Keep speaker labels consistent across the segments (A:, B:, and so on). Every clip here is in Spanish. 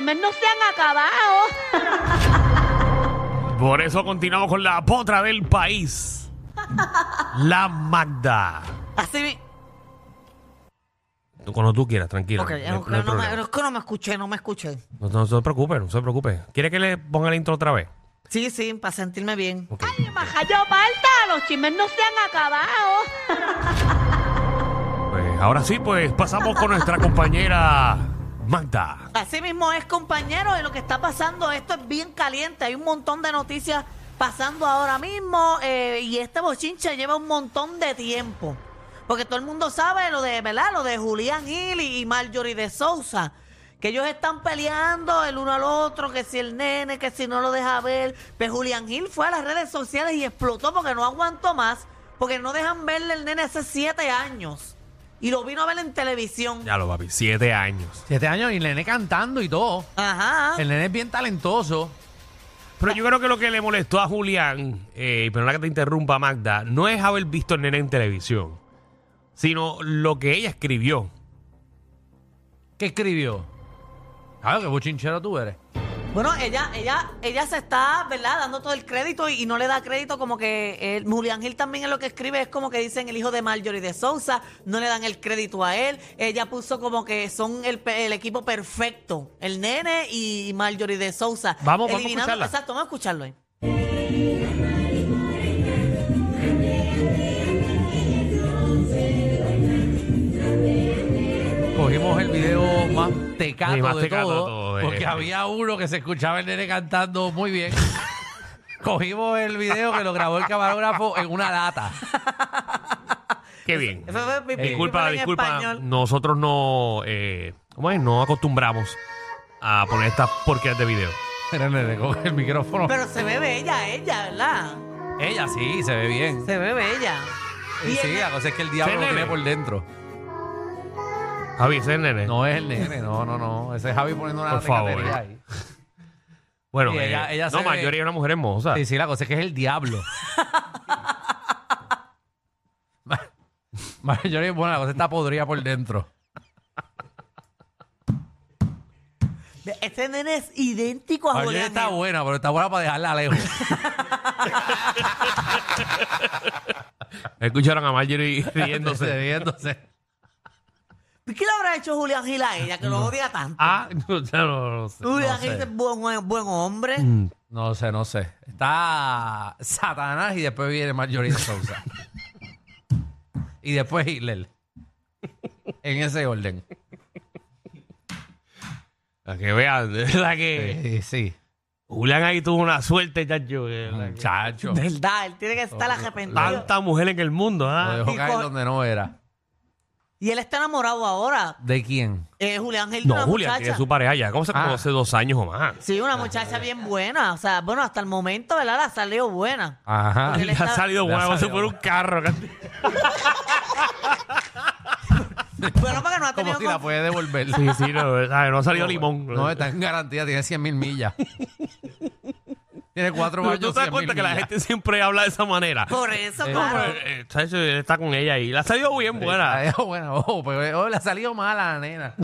A: memes no se han acabado.
B: Por eso continuamos con la potra del país. La Magda.
C: Así mi-
B: Cuando tú quieras, tranquilo.
C: Ok,
B: no,
C: ok,
B: no hay
C: no me-
B: problema.
C: es que no me escuché, no me escuché.
B: No- no se preocupe, no se preocupe. ¿Quiere que le ponga el intro otra vez?
C: Sí, sí, para sentirme bien.
B: Ok.
A: Ay, maja, yo falta, los chismes no se han acabado.
B: Pues ahora sí, pues pasamos con nuestra compañera Magda.
C: Así mismo es, compañero, y lo que está pasando, esto es bien caliente. Hay un montón de noticias pasando ahora mismo eh, y este bochinche lleva un montón de tiempo. Porque todo el mundo sabe lo de, ¿verdad? Lo de Julián Hill y y Marjorie de Sousa. Que ellos están peleando el uno al otro, que si el nene, que si no lo deja ver. Pero Julián Gil fue a las redes sociales y explotó porque no aguantó más, porque no dejan verle el nene hace siete años. Y lo vino a ver en televisión.
B: Ya lo papi, siete años.
D: Siete años y el nene cantando y todo.
C: Ajá.
D: El nene es bien talentoso.
B: Pero yo creo que lo que le molestó a Julián, eh, pero la que te interrumpa Magda, no es haber visto el nene en televisión, sino lo que ella escribió.
D: ¿Qué escribió? Claro, qué bochinchero tú eres.
C: Bueno, ella, ella, ella se está, ¿verdad?, dando todo el crédito y, y no le da crédito como que el, Julián Gil también es lo que escribe, es como que dicen el hijo de Marjorie de Sousa, no le dan el crédito a él. Ella puso como que son el, pe- el equipo perfecto, el nene y Marjorie de Sousa.
B: Vamos, vamos a
C: Eliminando-
B: escucharla.
C: Exacto, vamos a escucharlo ¿eh? ahí.
D: Cogimos el video más tecato,
B: Sí, más
D: de,
B: tecato
D: todo,
B: de todo, eh.
D: Porque había uno que se escuchaba el nene cantando muy bien. Cogimos el video que lo grabó el camarógrafo en una lata.
B: Qué bien.
C: Eso fue mi- mi-
B: Eh, Disculpa,
C: mi- en
B: disculpa.
C: español.
B: Nosotros no, eh, ¿cómo es? No acostumbramos a poner estas porquerías de video.
D: Era el nene con el micrófono.
C: Pero se ve bella ella, ¿verdad?
D: Ella sí, se ve bien.
C: Se ve bella.
D: Y
C: Y
D: sí,
C: el-
D: la cosa es que el diablo
B: Sí,
D: lo
B: nene.
D: tiene por dentro.
B: Javi, ese es el nene.
D: No es el nene, no, no, no. Ese es Javi poniendo una
B: Por favor.
D: tecatería ahí.
B: bueno,
D: sí, ella-
B: eh,
D: ella
B: no,
D: se
B: mayoría
D: ve-
B: es una mujer hermosa.
D: Sí, sí, la cosa es que es el diablo. Ma- Marjorie, bueno, la cosa está podrida por dentro.
C: Este nene es idéntico a
D: Marjorie
C: Julián
D: está
C: Gil.
D: buena, pero está buena para dejarla lejos.
B: Escucharon a Marjorie riéndose.
D: Riéndose.
C: ¿Qué le habrá hecho Julián Gil a ella que lo odia tanto?
B: ah, no, ya no, no sé.
C: Uy,
D: No
C: la gente
D: sé. Mm.
C: es buen, buen- buen hombre.
D: No sé, no sé. Está Satanás y después viene Marjorie de Sousa. y después Hitler. En ese orden.
B: Para que vean, de verdad que
D: Sí, Eh, sí.
B: Julián ahí tuvo una suerte, chacho. de verdad que-
D: Muchacho.
C: De verdad, él tiene que estar arrepentido.
B: Tanta mujer en el mundo,
D: Lo
B: ¿ah?
D: dejó
C: Y
D: caer
C: con-
D: donde no era.
C: Y él está enamorado ahora.
D: ¿De quién?
C: Eh, Julián Gil,
B: No,
C: una
B: Julián
C: muchacha.
B: tiene su pareja ya. ¿Cómo se
D: Ah.
B: conoce dos años o más?
C: Sí, una muchacha bien buena. O sea, bueno, hasta el momento, ¿verdad? La salió buena.
D: Ajá.
C: Porque él
B: Le ha
C: está-
B: salido
D: Le ha
B: buena, se
D: salido
B: por un carro.
C: Bueno, porque no ha
D: Como pues.
C: tenido.
D: si la
C: con-
D: puede devolver.
B: Sí, sí, no, ¿sabes? no ha salido limón.
D: No, está en garantía, tiene 100 mil millas. tiene cuatro
B: Pero
D: baños.
B: tú te das
D: 100.000
B: cuenta que la
D: millas.
B: gente siempre habla de esa manera.
C: Por eso,
D: Eh,
C: claro.
B: Eh, eh, ¿sabes? Él está con ella y la ha salido bien
D: La
B: buena.
D: dejo buena, oh, pero oh, le ha salido mala la nena.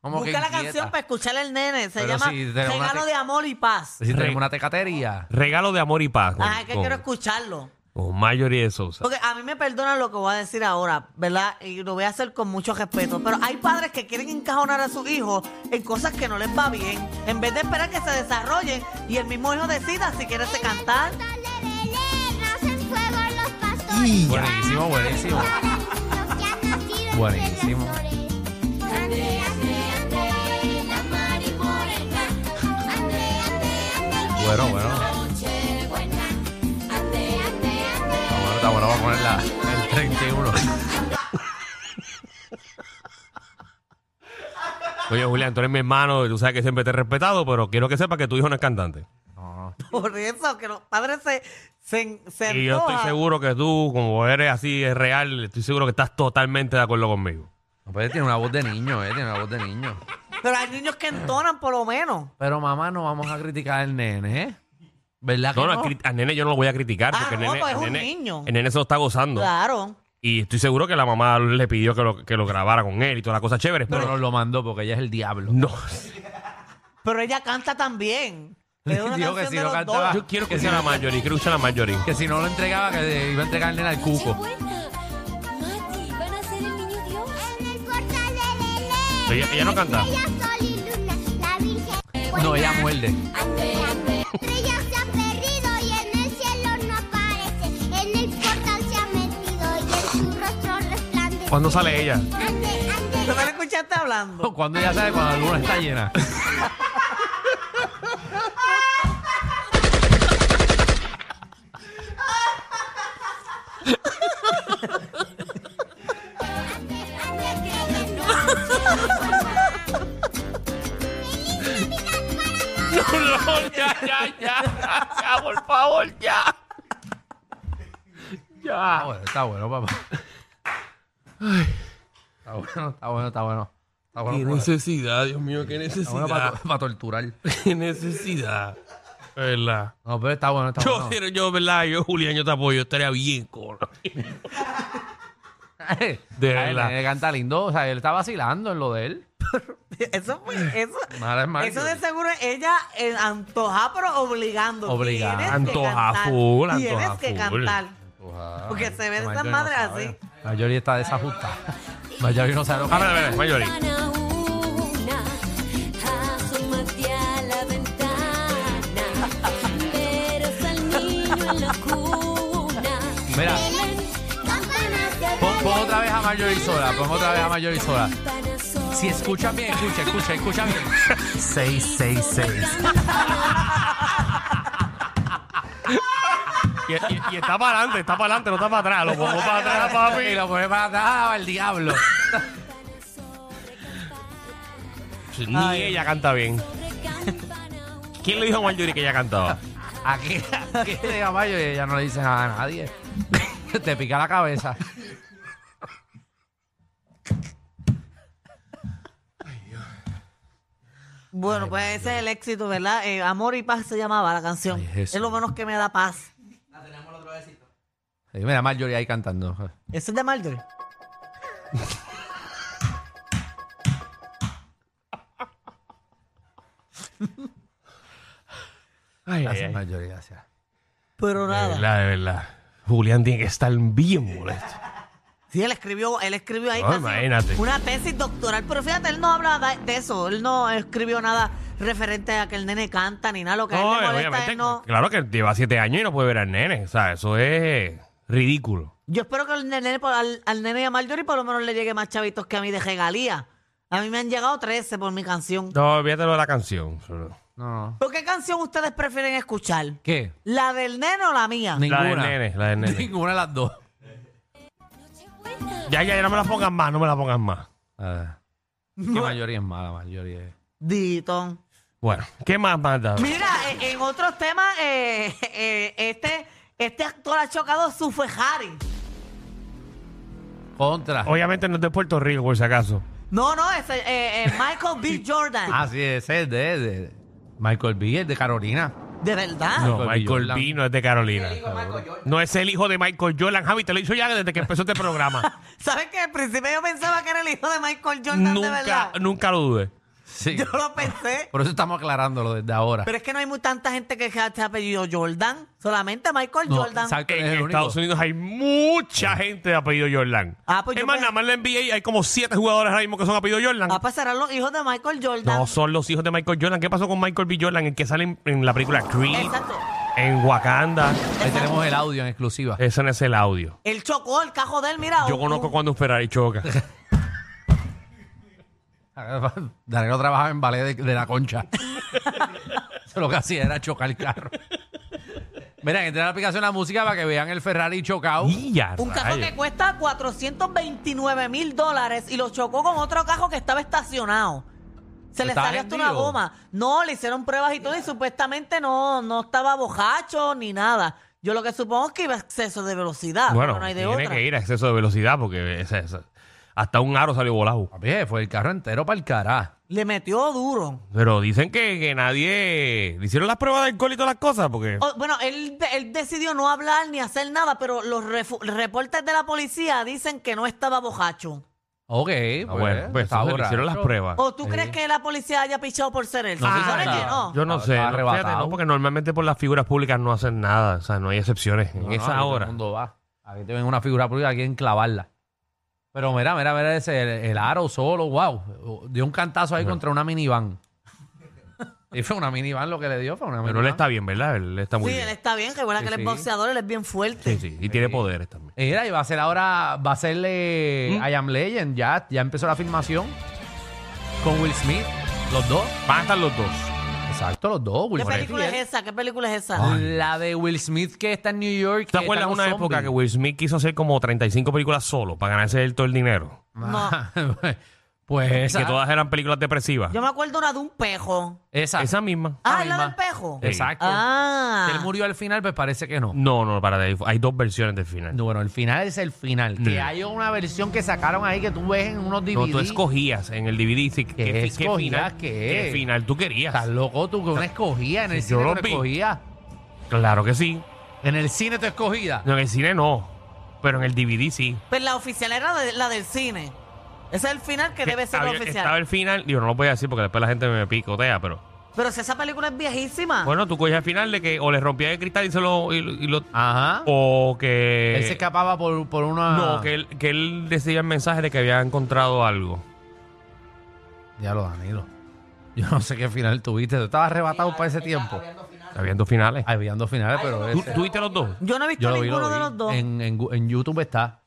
D: Como que
C: Busca la
D: inquieta.
C: canción para escuchar el nene. Se
D: Pero
C: llama
D: sí, tenemos una
C: Regalo
D: te-
C: de Amor y Paz.
D: Si
B: Re-
D: tenemos una tecatería.
B: Regalo de amor y paz. Con,
C: Ah, es que
B: con-
C: quiero escucharlo.
B: con Marjorie de Sousa.
C: Porque a mí me perdonan lo que voy a decir ahora, ¿verdad? Y lo voy a hacer con mucho respeto. Pero hay padres que quieren encajonar a sus hijos en cosas que no les va bien, en vez de esperar que se desarrollen y el mismo hijo decida si quiere se cantar.
E: Dale, Belén, hacen fuego los pastores.
D: Buenísimo, buenísimo.
E: Los que han nacido
D: Buenísimo.
E: entre las flores. Ande, ande, ande, la mariporeja. Ande, ande, ande, que
D: Bueno,
E: es
D: bueno.
E: Nochebuena. Ande, ande, ande,
D: Ah, bueno, está bueno, vamos a poner la, el 31.
B: Oye, Julián, tú eres mi hermano y tú sabes que siempre te he respetado, pero quiero que sepas que tu hijo no es cantante.
D: No, no.
C: Por eso que los padres se, se, se
B: Y yo estoy
C: enojan.
B: seguro que tú, como eres así, es real, estoy seguro que estás totalmente de acuerdo conmigo.
D: No, pero él tiene una voz de niño, eh, tiene una voz de niño.
C: Pero hay niños que entonan por lo menos.
D: Pero mamá, no vamos a criticar al nene, ¿eh? ¿Verdad que
B: No,
D: no?
B: no, al cri- al nene yo no lo voy a criticar
C: Ah,
B: porque el
C: no,
B: nene,
C: pues es
B: el
C: un
B: nene-
C: niño.
B: el nene se lo está gozando.
C: Claro.
B: Y estoy seguro que la mamá le pidió que lo, que lo grabara con él y todas las cosas chéveres.
D: Pero
B: Pero
D: nos lo mandó porque ella es el diablo.
B: no.
C: pero ella canta también. Es una
D: Dijo que
C: canción
D: si
C: de
D: no
C: los dos.
D: cantaba-
B: Yo quiero
D: que
B: escuchar
D: sí.
B: a Marjorie, quiero escuchar a Marjorie.
D: Que si no lo entregaba, que le iba a entregarle al cuco.
E: buena! Mati, van a ser el niño Dios. En el portal del Edén.
B: Ella- ella no canta.
E: Estrella, sol y luna, la Virgen.
D: No,
E: buena.
D: ella muerde.
E: Ande, ande. Estrellas se han perdido y en el cielo no aparece. En el portal se ha metido y en su rostro resplandece.
B: ¿Cuándo sale ella?
E: Ande, ande.
C: ¿Tú no la escuchaste hablando?
D: Cuando ya sabe cuando la luna está llena.
B: No, no, ya, ya, ya, ya, ya, por favor, ya.
D: Está
B: Ya.
D: bueno, está bueno, papá. Está bueno, está bueno, está bueno. Está bueno, para-
B: necesidad, Dios mío, qué
D: está bueno para, para torturar.
B: Qué necesidad. ¿Verdad?
D: No, pero está bueno, está
B: Yo,
D: bueno.
B: pero yo, ¿verdad? Yo, Julián, yo te apoyo, estaría bien, cola.
D: De
B: De
D: verdad.
B: verdad.
D: Él canta lindo, o sea, él está vacilando en lo de él.
C: Eso fue, eso,
D: Mala es Marjorie.
C: eso de seguro ella eh, antoja, pero obligando.
D: Obligada.
C: Tienes que
B: Antoja
C: cantar.
B: full,
C: Tienes
B: antoja
C: que
B: full.
C: cantar. Porque
D: Ay,
C: se ven
D: Marjorie
C: esas
D: no
C: madres
D: sabe.
C: así.
D: Marjorie está desajustada. Marjorie no sabe lo que
B: A ver, a ver, Marjorie.
E: Ventana una, asómate a la ventana, verás al niño en la cuna.
D: Mira,
E: Campanas de
D: pon, pon otra vez a Marjorie sola, pon otra vez a Marjorie sola. Si escuchan bien, escucha, escucha, escucha bien. 666.
B: Y, y- y está para adelante, está para adelante, no está para atrás. Lo pongo para atrás, papi.
D: Y lo pone para atrás al diablo.
B: Ni ella canta bien. ¿Quién le dijo a Marjorie que ella cantaba?
D: Aquí, aquí de caballo y ella no le dice nada a nadie. Te pica la cabeza.
C: Bueno, pues ese es el éxito, ¿verdad? Eh, Amor y paz se llamaba la canción.
D: Ay, Jesús.
C: es lo menos que me da paz.
D: Y mira, Marjorie ahí cantando.
C: Eso es de Marjorie.
B: Ay,
D: Gracias, Marjorie, gracias.
C: Pero
B: De
C: nada.
B: verdad, de verdad. Julián tiene que estar bien molesto.
C: Sí, él escribió, él escribió ahí
B: No,
C: casi
B: imagínate.
C: una tesis doctoral, pero fíjate, él no hablaba de eso, él no escribió nada referente a que el nene canta ni nada, lo que a él le
B: eh,
C: molesta él no.
B: Claro que lleva siete años y no puede ver al nene. O sea, eso es ridículo.
C: Yo espero que el nene, por- al, al nene y a Marjorie por lo menos le llegue más chavitos que a mí de regalía. A mí me han llegado 13 por mi canción.
B: No, olvídate lo de la canción.
D: No.
C: ¿Por qué canción ustedes prefieren escuchar?
D: ¿Qué?
C: ¿La del nene o la mía?
B: La del
D: Ninguna.
B: nene, la del nene.
D: Ninguna de las dos.
B: Ya, ya, ya no me la pongas más, no me la pongas más.
D: Ah, que Marjorie es mala, Marjorie. es-
C: Dito.
B: Bueno, ¿qué más manda?
C: Mira, eh, en otros temas, eh, eh, este, este actor ha chocado su Ferrari.
D: Contra.
B: Obviamente no es de Puerto Rico, por si acaso.
C: No, no, es eh, eh, Michael B. Jordan.
D: Ah, sí, ese es de, de Michael B, el de Carolina.
C: ¿De verdad?
B: No,
D: Michael
B: Michael
D: Jordan.
B: B no es de Carolina. No es el hijo de Michael Jordan. Javi, te lo he dicho ya desde que empezó este programa.
C: ¿Sabes que Al principio yo pensaba que era el hijo de Michael Jordan, de
B: nunca,
C: verdad.
B: nunca lo dudes.
D: Sí.
C: Yo lo pensé.
D: Por eso estamos aclarándolo desde ahora.
C: Pero es que no hay muy tanta gente que se ha se ha apellido Jordan. Solamente Michael
D: No,
C: Jordan.
D: ¿sabes quién
B: En
D: es el único?
B: Estados Unidos hay mucha gente de apellido Jordan.
C: Ah, pues
B: es
C: yo
B: más,
C: pe-
B: nada más en la NBA hay como siete jugadores ahora mismo que son apellido Jordan.
C: Ah, pues serán los hijos de Michael Jordan.
B: No son los hijos de Michael Jordan. ¿Qué pasó con Michael B. Jordan? El que sale en, en la película Creed,
C: Exacto.
B: en Wakanda.
D: Ahí tenemos el audio en exclusiva.
B: Ese no es el audio.
C: Él chocó el cajo de él, mira.
B: Yo
C: un-
B: conozco cuando un Ferrari choca.
D: Danilo trabajaba en ballet de, de la concha. Eso lo que hacía era chocar el carro. Mira, entra a la aplicación la música para que vean el Ferrari chocado.
B: Y ya,
C: Un cajo
B: rayos.
C: que cuesta 429 mil dólares y lo chocó con otro cajo que estaba estacionado. Se le
D: ¿Estaba
C: salió hasta una
D: vendido?
C: goma. No, le hicieron pruebas y todo y supuestamente no, no estaba bojacho ni nada. Yo lo que supongo es que iba a exceso de velocidad.
B: Bueno,
C: pero no hay de
B: tiene
C: otra.
B: que ir a exceso de velocidad porque esa- esa- hasta un aro salió volado.
D: Papi, eh, fue el carro entero para el cará.
C: Le metió duro.
B: Pero dicen que, que nadie... ¿Le hicieron las pruebas de alcohol y todas las cosas? Porque...
C: O- bueno, él, él decidió no hablar ni hacer nada, pero los refu- reportes de la policía dicen que no estaba bojacho.
D: Ok,
B: Ah, bueno, pues
D: está
B: entonces le hicieron
D: borracho.
B: las pruebas.
C: ¿O tú crees que la policía haya pichado por ser él?
D: No,
C: Se
D: sí,
C: supone
D: sabe.
C: que no.
B: Yo no
D: Estaba-
B: sé,
D: estaba
B: no,
D: arrebatado.
B: fíjate, no, porque normalmente por las figuras públicas no hacen nada, o sea, no hay excepciones en
D: No, no,
B: esa
D: aquí
B: hora.
D: Todo el mundo va. Aquí te ven una figura pública, quieren clavarla. Pero mira, mira, mira ese, el, el aro solo, wow. Dio un cantazo ahí contra una minivan. y fue una minivan lo que le dio, fue una
B: Pero
D: minivan.
B: él está bien, ¿verdad? Él está muy
C: sí, él
B: bien.
C: está bien, que bueno
D: Sí,
C: que él
D: sí.
C: es boxeador, él es bien fuerte.
B: Sí, sí, y tiene poderes también.
D: Mira, y va a ser ahora, va a serle
B: ¿Mm?
D: I Am Legend, ya, ya empezó la filmación con Will Smith, los dos.
B: Van a estar los dos.
D: Exacto, los dos, Will
C: ¿Qué
D: Smith.
C: película
D: y
C: es
D: él.
C: esa? ¿Qué película es esa?
D: La de Will Smith que está en New York.
B: ¿Te acuerdas una época que Will Smith quiso hacer como 35 películas solo para ganarse él todo el dinero?
D: Ah, pues
B: Y
D: esa,
B: que todas eran películas depresivas.
C: Yo me acuerdo una de un pejo.
D: esa,
B: Esa misma.
C: Ah,
D: Ay,
C: ¿es la del
D: ma.
C: pejo?
B: Sí.
D: Exacto.
C: Ah.
D: Él murió al final, pues parece que no.
B: No, no, para de ahí. Hay dos versiones del final.
D: No, bueno, el final es el final. Que
B: No.
D: hay una versión que sacaron ahí que tú ves en unos DVD.
B: Mm. No, tú escogías en el DVD si-
D: ¿Qué
B: qué,
D: escogías?
B: final,
D: ¿Qué?
B: qué final tú querías.
D: Estás loco, tú que una escogía en el
B: Yo
D: cine.
B: lo
D: tú
B: vi.
D: escogías.
B: Claro que sí.
D: En el cine tú escogías.
B: No, en el cine no, pero en el DVD sí.
C: Pues la oficial era de- la del cine. Ese es el final que debe ser la
B: Había-
C: oficial.
B: Estaba el final, digo, no lo voy a decir porque después la gente me picotea, pero...
C: Pero si esa película es viejísima.
B: Bueno, tú cogías el final de que o le rompías el cristal y se lo... y lo- y lo-
D: Ajá.
B: o que...
D: él se escapaba por, por una.
B: No, que él, que él decía el mensaje de que había encontrado algo.
D: Ya lo Danilo. Yo no sé qué final tuviste. Tú estabas arrebatado para ese tiempo.
B: Habían dos finales.
D: Habían dos finales, pero
B: ¿Tú,
D: ese.
B: tú viste los dos?
C: yo no he visto
D: Yo lo vi,
C: ninguno
D: lo vi.
C: de los dos.
D: En, en, Gu- en YouTube está.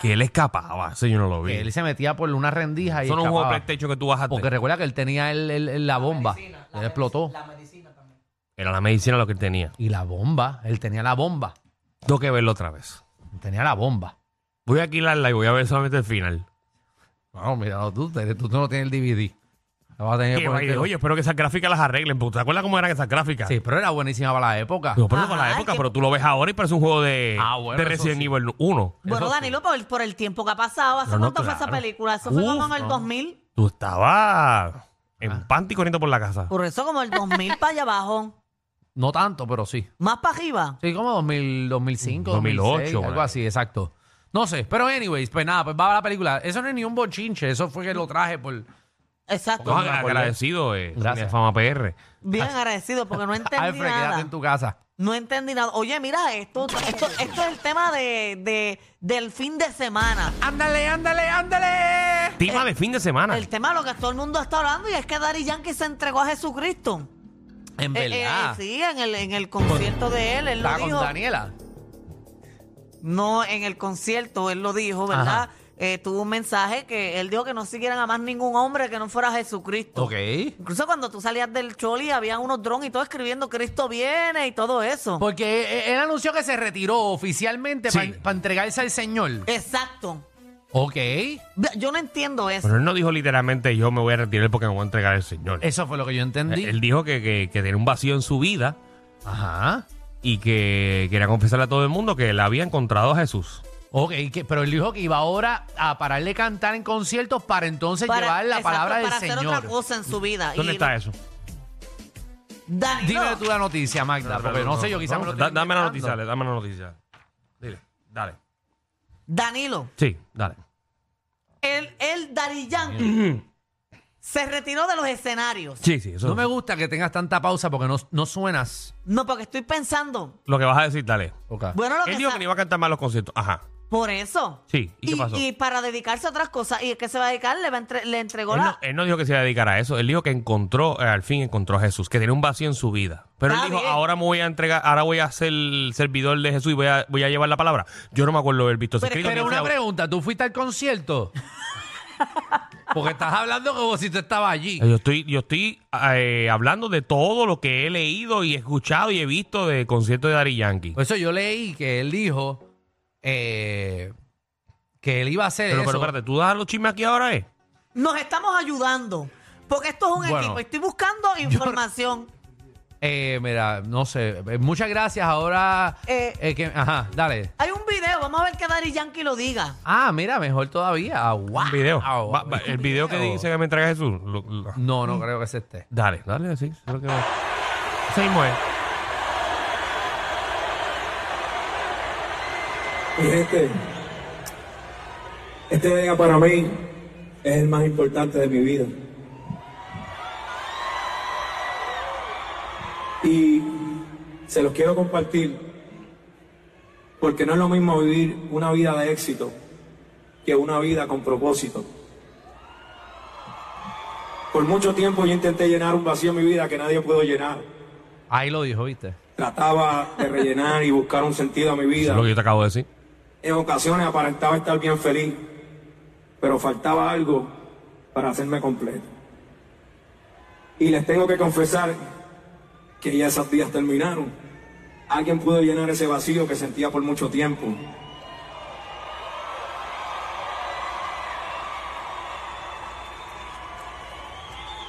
B: Que él escapaba, eso yo no lo vi.
D: Que él se metía por una rendija y.
B: Eso no es un juego de
D: escapaba.
B: PlayStation que tú bajaste.
D: Porque recuerda que él tenía el- el- el- la bomba. él explotó.
B: Era la medicina lo que él tenía.
D: Y la bomba. Él tenía la bomba.
B: Tengo que verlo otra vez.
D: Tenía la bomba.
B: Voy a alquilarla y voy a ver solamente el final.
D: No, mira, tú, te- tú no tienes el DVD. Lo vas a tener que
B: Que,
D: ponértelo.
B: oye, espero que esas gráficas las arreglen. porque ¿Te acuerdas cómo eran esas gráficas?
D: Sí, pero era buenísima para la época.
B: No, pero no para
C: Ajá,
B: la época,
C: que-
B: pero tú lo ves ahora y parece un juego de,
D: Ah, bueno,
B: de Resident
D: eso sí.
B: Evil 1.
C: bueno,
D: eso sí.
C: Danilo, por, el- por el tiempo que ha pasado. ¿Hace
B: No, no,
C: cuánto fue
B: claro.
C: esa película? Eso fue
B: Uf,
C: como en el
B: no.
C: 2000.
B: Tú estabas
D: Ah.
B: en panty corriendo por la casa.
C: Por eso como el 2000 para allá abajo.
D: No tanto, pero sí.
C: Más para arriba.
D: Sí, como 2000, 2005,
B: 2008,
D: 2006,
B: por
D: algo
B: ahí.
D: así, exacto. No sé, pero anyways, pues nada, pues va a la película. Eso no es ni un bochinche, eso fue que lo traje por...
C: Exacto.
B: No,
D: me acordé.
B: agradecido, eh, Cine
D: Gracias.
B: Fama PR.
C: Bien agradecido porque no entendí
D: Alfred, quédate
C: nada.
D: en tu casa.
C: No entendí nada. Oye, mira, esto, esto, esto es el tema de, de- del fin de semana.
D: ¡Ándale, ándale, ándale!
B: Tema de fin de semana.
C: El tema de lo que todo el mundo está hablando y es que Daddy Yankee se entregó a Jesucristo.
D: En
C: Eh, eh,
D: verdad.
C: sí, en el, en el concierto de él, él lo
D: Estaba con
C: dijo.
D: Daniela.
C: No, en el concierto, él lo dijo, ¿verdad?
D: Ajá.
C: Eh, tuvo un mensaje que él dijo que no siguieran a más ningún hombre que no fuera Jesucristo.
D: Ok.
C: Incluso cuando tú salías del choli había unos drones y todo escribiendo Cristo viene y todo eso.
D: Porque eh, él anunció que se retiró oficialmente
B: Sí.
D: para entregarse al señor.
C: Exacto.
D: Ok.
C: Yo no entiendo eso.
B: Pero él no dijo literalmente yo me voy a retirar porque me voy a entregar al Señor.
D: Eso fue lo que yo entendí.
B: Él dijo que, que, que tenía un vacío en su vida
D: Ajá.
B: y que quería confesarle a todo el mundo que él había encontrado a Jesús.
D: Ok, que- pero él dijo que iba ahora a parar de cantar en conciertos para entonces
C: Para-
D: llevar la
C: exacto,
D: palabra del
C: para hacer
D: Señor.
C: otra cosa en su vida.
B: ¿Dónde
C: Y-
B: está eso?
C: Danilo,
D: Dime tú la noticia, Magda, porque no, sé, yo quizás me lo
B: da-
D: estoy
B: Dame la
D: inventando.
B: noticia, dale, dame la noticia. Dile, dale.
C: Danilo,
B: Sí, dale.
C: el, el Daddy Yankee se retiró de los escenarios.
B: Sí, sí, eso
D: No me gusta que tengas tanta pausa porque no, no suenas.
C: No, porque estoy pensando.
B: Lo que vas a decir, dale.
C: Bueno, lo que
B: Él dijo
C: sa-
B: que no iba a cantar más los conciertos. Ajá.
C: Por eso.
B: Sí, ¿y qué pasó?
C: Y para dedicarse a otras cosas. ¿Y es que se va a dedicar? Le, va a entre- le entregó
B: Él
C: la...
B: no, eh. él no dijo que se iba a dedicar a eso. Él dijo que encontró, eh, al fin encontró a Jesús, que tenía un vacío en su vida. Pero
C: Está
B: él dijo,
C: bien.
B: ahora me voy a entregar, ahora voy a ser el servidor de Jesús y voy a, voy a llevar la palabra. Yo no me acuerdo haber visto ese
C: Pero es
B: escrito.
D: Pero
B: ni
D: una
B: ese audio.
D: pregunta, ¿tú fuiste al concierto? Porque estás hablando como si tú estabas allí.
B: Yo estoy, yo estoy eh, hablando de todo lo que he leído y escuchado y he visto de conciertos de Dari Yankee.
D: Por eso yo leí que él dijo eh, que él iba a hacer
B: pero,
D: eso.
B: pero espérate, ¿tú das los chismes aquí ahora, eh?
C: Nos estamos ayudando. Porque esto es un
D: Bueno.
C: equipo. Estoy buscando información.
D: Eh, mira, no sé. Eh, Muchas gracias. Ahora.
C: Eh,
D: eh, que- ajá, dale.
C: Hay un video. Vamos a ver que Daddy Yankee lo diga.
D: Ah, mira, mejor todavía. Ah, wow.
B: Un video.
D: Ah,
B: Va- va- el video que dice que me entrega Jesús. lo- lo-
C: Mm.
D: No, no creo que este. se esté.
B: Dale, dale, sí. creo que va. Ese mismo es.
F: Mi gente, Este día para mí es el más importante de mi vida. Y se los quiero compartir porque no es lo mismo vivir una vida de éxito que una vida con propósito. Por mucho tiempo yo intenté llenar un vacío en mi vida que nadie pudo llenar.
D: Ahí lo dijo, ¿viste?
F: Trataba de rellenar y buscar un sentido a mi
B: Eso
F: vida.
B: es lo que yo te acabo de decir.
F: En ocasiones aparentaba estar bien feliz, pero faltaba algo para hacerme completo. Y les tengo que confesar que ya esos días terminaron. Alguien pudo llenar ese vacío que sentía por mucho tiempo.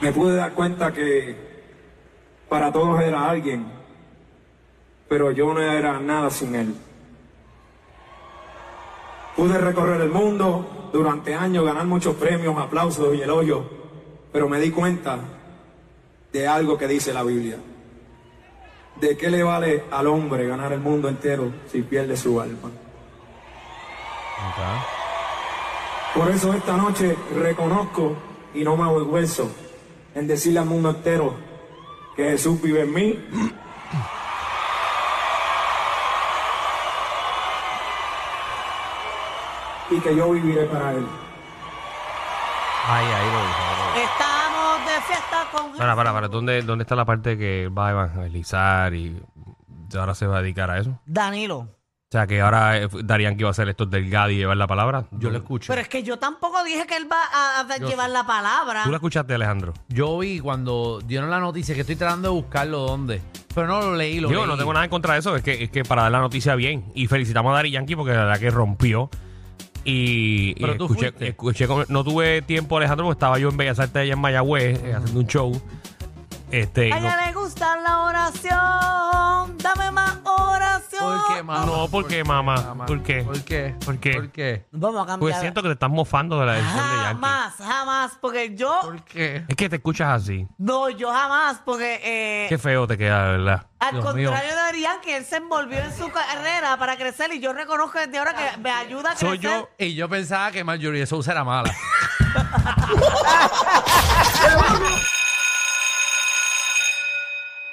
F: Me pude dar cuenta que para todos era alguien, pero yo no era nada sin él. Pude recorrer el mundo durante años, ganar muchos premios, aplausos y elogio, pero me di cuenta de algo que dice la Biblia. ¿De qué le vale al hombre ganar el mundo entero si pierde su alma?
D: Ok.
F: Por eso esta noche reconozco y no me avergüenzo en decirle al mundo entero que Jesús vive en mí. Y que yo viviré para él.
D: Ahí, ahí lo dijo. ahí lo dijo.
C: Estamos de fiesta con
B: Para, para, para. ¿Dónde, dónde está la parte que va a evangelizar y ahora se va a dedicar a eso?
C: Danilo.
B: O sea, que ahora eh, Darían que iba a hacer esto del GAD y llevar la palabra.
D: Yo lo escuché.
C: Pero es que yo tampoco dije que él va a, a llevar la palabra.
B: Tú la escuchaste, Alejandro.
D: Yo vi cuando dieron la noticia que estoy tratando de buscarlo dónde. Pero no lo leí, lo
B: Yo
D: leí.
B: no tengo nada en contra de eso, es que, es que para dar la noticia bien. Y felicitamos a Dari Yankee porque la verdad que rompió. Y, y
D: Pero tú
B: escuché,
D: fuiste.
B: escuché con- no tuve tiempo, Alejandro, porque estaba yo en Bellas Artes allá en Mayagüez eh, haciendo un show. Este, y
C: A ella
B: no,
C: le gusta la oración. Dame más oración.
D: ¿Por qué, mamá?
B: No, ¿por qué, mamá? ¿Por qué?
D: ¿Por qué?
B: ¿Por qué?
D: ¿Por qué?
C: Vamos a cambiar.
B: porque pues siento que te estás mofando de la edición de Yankee.
C: Jamás, jamás, porque yo.
D: ¿Por qué?
B: Es que te escuchas así.
C: No, yo jamás, porque eh,
B: Qué feo te queda, de verdad.
C: al
D: Dios mío.
C: contrario de Adrián, que él se envolvió en su carrera para crecer y yo reconozco desde ahora que me ayuda a crecer.
B: Soy yo.
D: Y yo pensaba que Marjorie Sousa era mala.